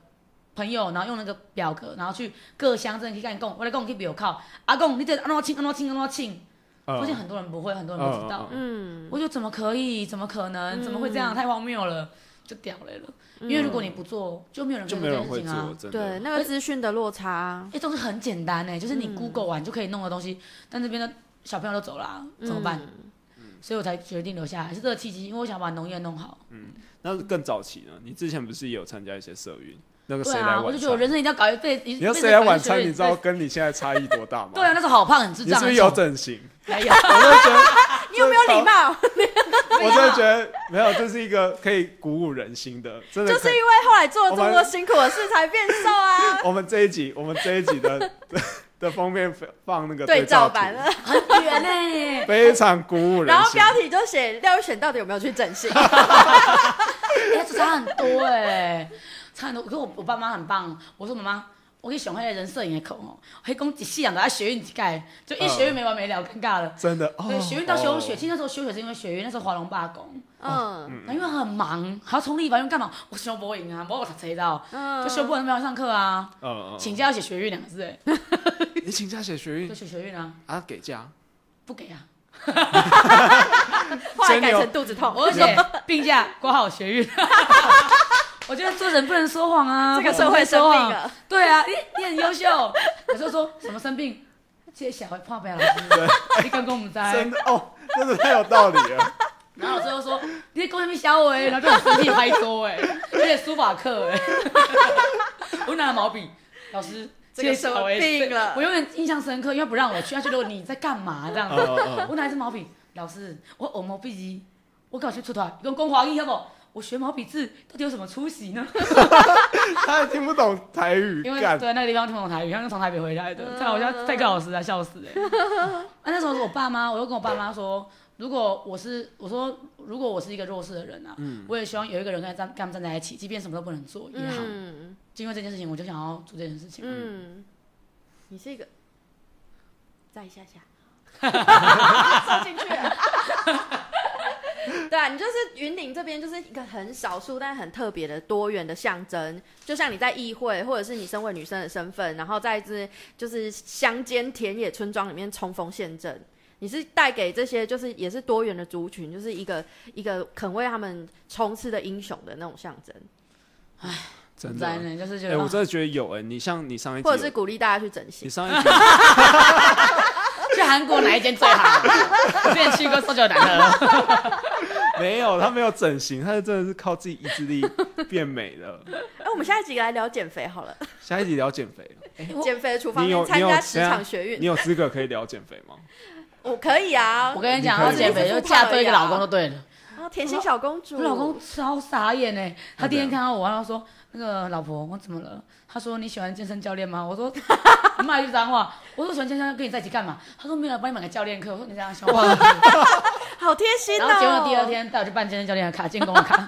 朋友，然后用那个表格，然后去各乡镇去跟你讲，我来讲去庙口，阿公你这安怎请安怎请安怎请，呃，发现很多人不会，很多人不知道，嗯嗯，我就怎么可以，怎么可能，怎么会这样，太荒谬了，就屌了了，因为如果你不做，就没有人嗯就会没做有人这件会事情啊做，。真对，的，那个资讯的落差，哎，都是很简单呢，就是嗯你 Google 完就可以弄的东西，但这边的小朋友都走了啊，嗯怎么办？嗯所以我才决定留下来，是这个契机，因为我想把农业弄好。那更早期呢？你之前不是也有参加一些社运？那个谁对来啊，我就晚觉得我餐？人生一定要搞一辈子。一你要辈子谁来搞一晚学餐？历你知道对跟你现在差异多大吗？对啊，那时候好胖，很智你障。是不是有整形？很丑？没有，我就觉得你有没有礼貌？我真的觉得没有，这是一个可以鼓舞人心的，真的就可是以因为后来做了这么多辛苦的事才变瘦 啊，我们这一集，我们这一集的 的的封面放那个对照照图版了，很远呢。哎非常鼓舞人然后心。标题就写廖玉璇到底有没有去整形？哎，这差很多哎，差很多。可是我我爸妈很棒，我说妈妈。我可以选那个人摄影的口哦，我可以讲一世人都在学运一届，就一学运没完没了，尴尬了。真的嗯哦对，，学运到休学，其实那时候休学是因为学运，那时候华龙罢工，嗯那因为很忙，还要冲立法院干嘛？我修播影啊，不然我谁知道？嗯就修播影没有上课啊，哦嗯嗯，请假要写学运两个字哎，你请假写学就运写学运啊，啊，给假，不给啊。后来改所以成你肚子痛，我写病假挂号学运。 我觉得做人不能说谎啊，这个社会生说病谎。了，对啊，你你很优秀。 有时候说什么生病，这些小孩怕不了老师，你敢跟我们在真？的哦，真的太有道理了。 然后老师又说你在公园小我欸，然后就很生气拍桌哎，而且书法课哎， 我拿了毛笔，老师。这个小孩生病了我永远印象深刻，因为不让我去，他觉得我你在干嘛这样子。哦我拿一支毛笔，老师，我耳膜闭机，我搞学出团，你跟光华一要不？我学毛笔字到底有什么出息呢？哦，他还听不懂台语，因为干对那个地方听不懂台语，他是从台北回哎来的，太好笑，太个老师啊，笑死 哎、欸！啊，那时候是我爸妈，我又跟我爸妈说，如果我是我说如果我是一个弱势的人啊，嗯我也希望有一个人跟他站跟他们站在一起，即便什么都不能做也 好。嗯就因为这件事情，我就想要做这件事情。嗯，你是一个， 再一下 下，收进去 了。对啊，你就是云顶这边就是一个很少数但很特别的多元的象征，就像你在议会，或者是你身为女生的身份，然后在这就是乡间田野村庄里面冲锋陷阵，你是带给这些就是也是多元的族群，就是一个一个肯为他们冲刺的英雄的那种象征， 真的在。呢，就是觉哎，得、我啊真的觉得有哎，你像你上一集或者是有，鼓励大家去整你形。上一集去韩国哪一间最好？我 之前去过搜酒男的，没有，他没有整形，他是真的是靠自己意志力变美的。哎、我们下一集来聊减肥好 了。下一集聊减肥，减肥的厨房你有参你有加怎职样场学你运，有资格可以聊减肥吗？我可以啊。 我跟你讲，你要可以减肥就嫁对一个老公就对了。啊，甜心小公主，欸啊我老公超傻眼哎、他第一天看到我，然后说：“那个老婆，我怎么了？他说你喜欢健身教练吗？我 说骂一句脏话。我说喜欢健身教练，跟你在一起干嘛？他说没有，来帮你买个教练课。我说你这样想我。好贴心哦。然后结果第二，天带我去办健身教练的卡，健工 的卡，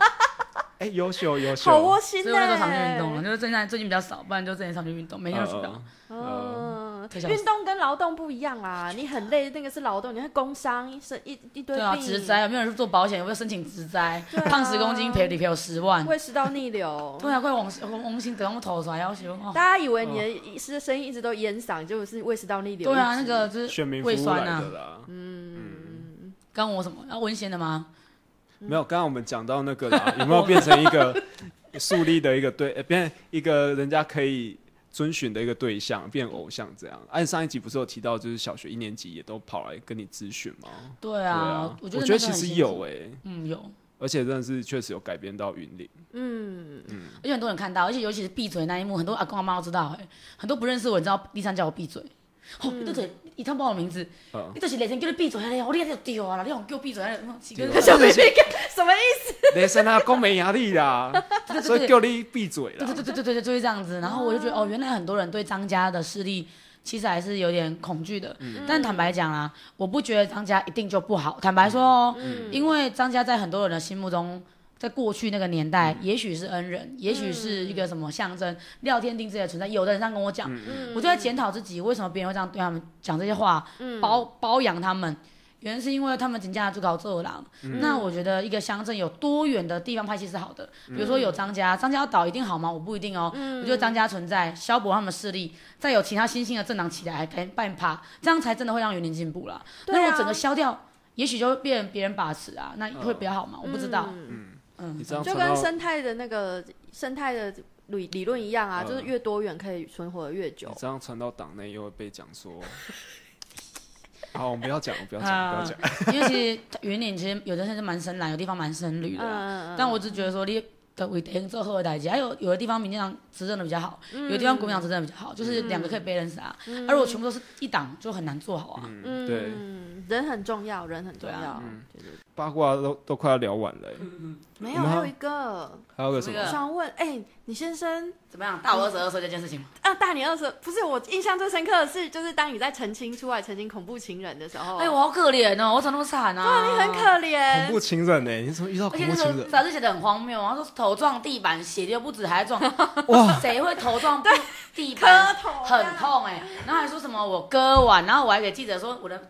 哎、优秀优秀，好窝心所以呢。我那时候常去运动了，就是最近最近比较少，不然就之前常去运动，每天都去欸嗯到。嗯，哦太想死运动跟劳动不一样啦，你很累，那个是劳动，你看工伤是一一堆对啊，病植栽有没有人去做保险？有没有申请植栽？对啊 胖十公斤赔理赔我十万。胃食道逆 流。对啊，快往往往心得我头出来，要求哦大。家以为你的是声音一直都烟嗓，就是胃食道逆流。对啊，那一直个就是选民服胃务酸来啊的啦。嗯，刚我什么？要文贤的吗？没有，刚刚我们讲到那个 啦，有没有变成一个树立的一个对，呃 变一个人家可以遵循的一个对象，变偶像这样？而且上一集不是有提到，就是小学一年级也都跑来跟你咨询吗？对对啊啊，，我我觉得得那个其很实辛苦有，哎、嗯有，而且真的是确实有改变到云林， 而且很多人看到，而且尤其是闭嘴那一幕，很多阿公阿妈都知道、哎，很多不认识我，你知道，立山叫我闭嘴。哦，你对嘴，你他报我名字，嗯你就是雷神叫你闭嘴，哎呀，我你就丢啊啦，你让叫我闭嘴，哎呀，几个对啊 人小 妹妹什么意思？雷声啊，公没压力啦， 对所以对叫你闭嘴对啦。对对对对对，就是这样子。然后我就觉得，哦，原来很多人对张家的势力其实还是有点恐惧的。但坦白讲啊，我不觉得张家一定就不好。坦白说哦，因为张家在很多人的心目中。在过去那个年代，也许是恩人，也许是一个什么象征，廖天定之类的存在。有的人这样跟我讲，嗯嗯我就在检讨自己，为什么别人会这样对他们讲这些话，包包养他们。原因是因为他们评价就搞这啦。那我觉得一个乡镇有多元的地方派系是好的，比如说有张家，张家要倒一定好吗？我不一定哦。嗯我觉得张家存在，消薄他们的势力，再有其他新兴的政党起来，赶紧办趴，这样才真的会让园林进步啦。对那啊如果整个消掉，也许就会变别人把持啊，那会比较好嘛？我不知道。嗯嗯你，这样就传跟到生态的那个生态的理理论一样啊，嗯就是越多元可以存活的越久你。这样传到党内又会被讲说，好，我们不要讲，我们不要讲，不啊要讲。因为其实 园林其实有的甚至蛮深蓝，有地方蛮深绿的啦。啊嗯但我只觉得说你的为天做后的代志，还有有的地方民进党执政的比较好，有的地方国民党执政的比较好，就是两个可以 balance 啊。而如果全部都是一党，就很难做好啊。嗯，对，嗯嗯，人很重要，人很重对要啊。对对对八卦都都快要聊完了、欸，没我有，们还还有一个，还有个什嗯我什么么？想问，哎，你先生怎么样？大我二十二岁这件事情吗？啊，大你二十，不是我印象最深刻的是，就是当你在澄清出来澄清恐怖情人的时候，哎，我好可怜哦，我怎么那么惨啊？你你很可。恐怜怖，情人呢、你怎么遇到而恐且怖那时情候人？杂志写的很荒谬啊，他说头撞地板，血流不止还撞，哇，谁会头撞地板磕？头啊很痛哎、然后还说什么我割腕，然后我还给记者说我的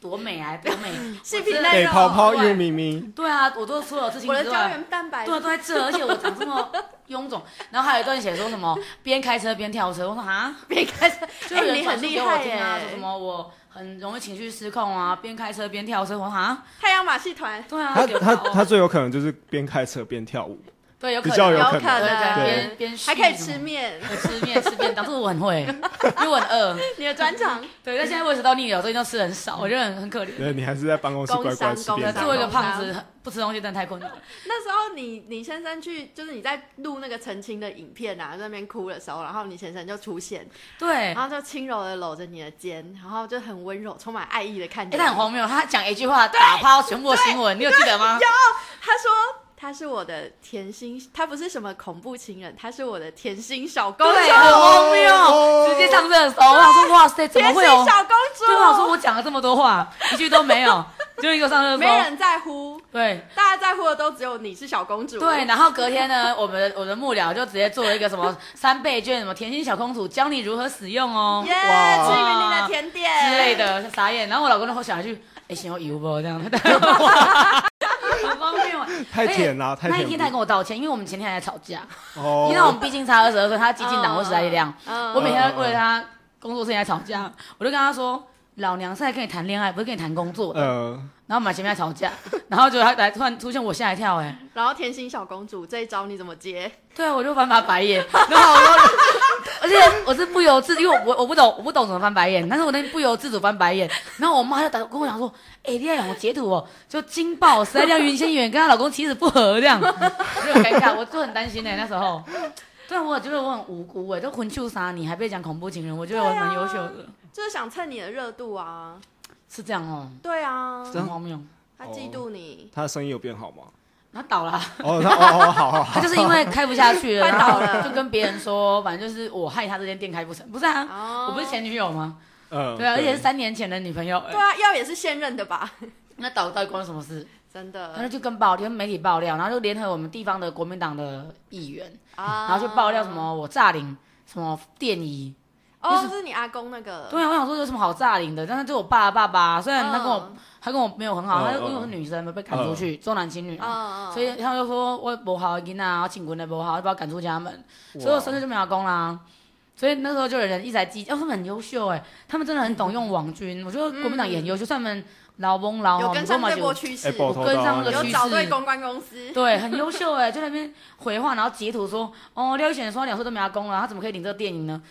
多美啊，多 美。细皮给内泡泡肉，又咪咪，对啊，我做所有事情我的之胶外，原蛋白对，都在 这，而且我长这么臃肿。然后还有一段写说什么边开车边跳车，我说啊，别开 始，就有哎，人你转很述厉给我害听啊，说什耶，么我很容易情绪失控啊，边开车边跳车，我说啊，太阳马戏团，对啊，他有他搞哦他最有可能就是边开车边跳舞，对有可比能较有有可可能能对对边边还可以吃面，我吃面吃便当，这个我很会，因为我很 饿。你的专长。对，但现在胃食道逆流，最近都吃很少，嗯我觉得很很可怜。对你还是在办公室工乖商乖吃工便商当。作为哦一个胖子，不吃东西真的太困难了。那时候你你先生去，就是你在录那个澄清的影片啊，在那边哭的时候，然后你先生就出现，对然，后就轻柔的搂着你的肩，然后就很温柔、充满爱意的看着哎，你。他很荒谬，他讲一句话打趴全部的新闻，你有记得吗？他说他是我的甜心，他不是什么恐怖情人，他是我的甜心小公主，对，很荒哦谬，直接上热搜。我想说，哇塞，怎么甜会心有？小公主。对，我想说，我讲了这么多话，一句都没有， 就一个上热没搜。人在乎，对大家在乎的都只有你是小公主。对，，然后隔天呢， 我们的我的幕僚就直接做了一个什么三倍券，什么甜心小公主教你如何使用哦耶、哇吃云林的甜点之类。的，傻眼。然后我老公就想一句， 哎，行，我油不这样，很荒谬。太甜了，太哎那一天甜他还了。跟我道歉，因为我们前天还在吵架，哦因为我们毕竟差二十二岁，他激进啊党，我时代力量。嗯我每天为了他工作事情在吵架，我就跟他说：“老娘是来跟你谈恋爱，不是跟你谈工作的。呃，然后我们俩前面在吵 架，然后结果他来突然出现，我吓一跳、哎，嗯然后甜心小公主这一招你怎么接？对啊，我就翻他白眼，然后我就，而且我是不由自，因为我我我不懂我不懂怎么翻白眼，但是我那天不由自主翻白眼，然后我妈就打跟我讲说：“哎、你要有截图哦，就惊爆实在亮云仙远跟她老公妻子不和 这样，我就很尴尬，我就很担心哎、那时候。”对啊，我觉得我很无辜哎、都魂秋杀你还被讲恐怖情人，我觉得我蛮优秀的，就是想蹭你的热度啊。是这样哦、对啊，这样很荒谬。他嫉妒你。他的生意有变好吗？他倒了啊，哦，他哦哦，好好好，他就是因为开不下去了， 快倒了然后就跟别人说，反正就是我害他这间店开不成，不是啊，哦我不是前女友吗？嗯，对啊，而且是三年前的女朋友，对啊，要也是现任的吧？那倒到底关我什么事？真然后的就跟爆，跟媒体爆料，然后就联合我们地方的国民党的议员，啊然后就爆料什么我诈领什么电椅，哦，就是是你阿公那个，对啊，我想说有什么好诈领的？但是就我爸的爸爸，虽然他跟我、嗯他跟我没有很好，嗯他因为我是女生被赶出哦去，重男轻女嗯，啊。嗯所以他就说我不好的囡仔，然后请滚的不好，要把我赶出家门，啊哇所以我生日就没有工啦。所以那时候就有人一直在记，哦，他们很优秀哎，他们真的很懂用网军。我觉得国民党也很优秀，算他们老翁老有哈跟上这波我趋势哎，报头跟刀上那了个有趋找势对公关公司，对，很优秀哎，就在那边回话，然后截图说，哦，廖一选说两岁都没拿工了，他怎么可以领这个电影呢？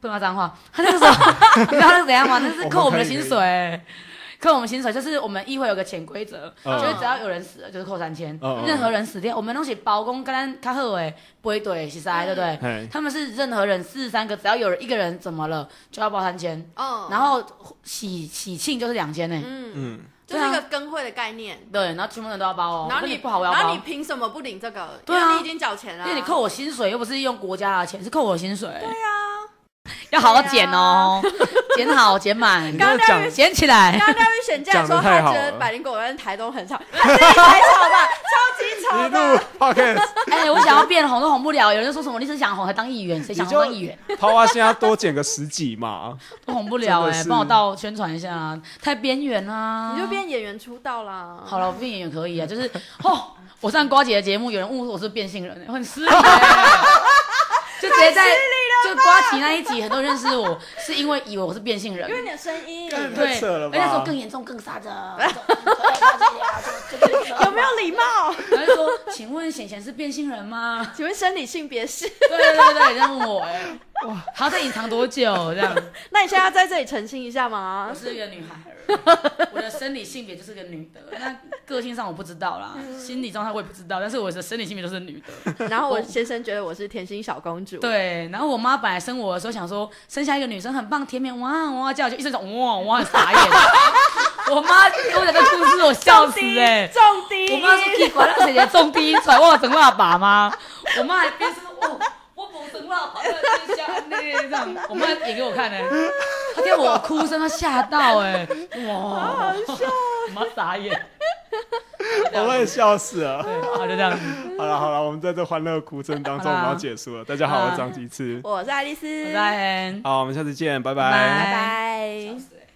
不骂脏话， 他那个时候你知道他是怎样吗？那是扣我们的薪水欸，扣我们薪水，就是我们议会有个潜规则，哦嗯就是只要有人死了就是扣三千，嗯嗯任何人死掉，我们东西包公跟咱卡好诶，不会对，是啥对嗯不对？嘿，他们是任何人四十三个，只要有人一个人怎么了就要包三千，嗯，然后喜喜庆就是两千呢，嗯，嗯，就是一个跟会的概念。对，然后全部人都要包哦，然后我跟你不好我要包，然后你凭什么不领这个？对啊因为你已经缴钱了、因为你扣我薪水，又不是用国家的钱，是扣我薪水。对啊，要好好好好剪剪哦哦，剪好剪满，刚刚廖玉剪起来。刚啊刚廖玉选这样说，讲得太他好觉了得百灵果跟台东很 吵，他自己才吵吧，超级吵一 的。路 podcast，哎，我想要变红都红不了，有人说什么你是想红才当议员，谁想红当议员 桃花现在多剪个十几嘛，都红不了真的哎，是帮我到宣传一下啊，太边缘啦。你就变演员出道啦。好了，我变演员可以啊，就是哦，我上瓜姐的节目，有人问我是不是变性人，我很 失礼欸。就直接在就瓜姐那一集，很多人认识我是因为以为我是变性人，因为你的声音干有 对，啊太扯了而吧且那时候更严重，更杀着。啊没有礼貌？然后就说：“请问显贤是变性人 吗请问生理性别是？”对对对对，这样问我哎、哇，还要再隐藏多久？这样， 那你现在要在这里澄清一下 我吗？是一个女孩儿， 我的生理性别就是个女的，那个性上我不知道啦，心理状态我也不知道，但是我的生理性别就是女的。然后我先生觉得我是甜心小公主，，对，然后我妈本来生我的时候想说生下一个女生很棒，甜美哇哇叫，就一直讲哇哇，很傻眼。我妈跟我讲这故事，我笑 死哎、重低我妈说奇怪，那姐姐中第一出来，我有整爸爸吗？我妈还边说，哦，我不整爸爸在边下那这样，我妈演给我看呢、她听我哭声，她吓到哎、哇，好笑，我 妈傻眼，我们也笑死了。对，然后就这样子，好了好了，我们在这欢乐哭声当中，我们要结束了。大啊家好，我是张吉次，我是爱丽丝，拜拜，好，我们下次见，拜拜。拜拜拜笑死欸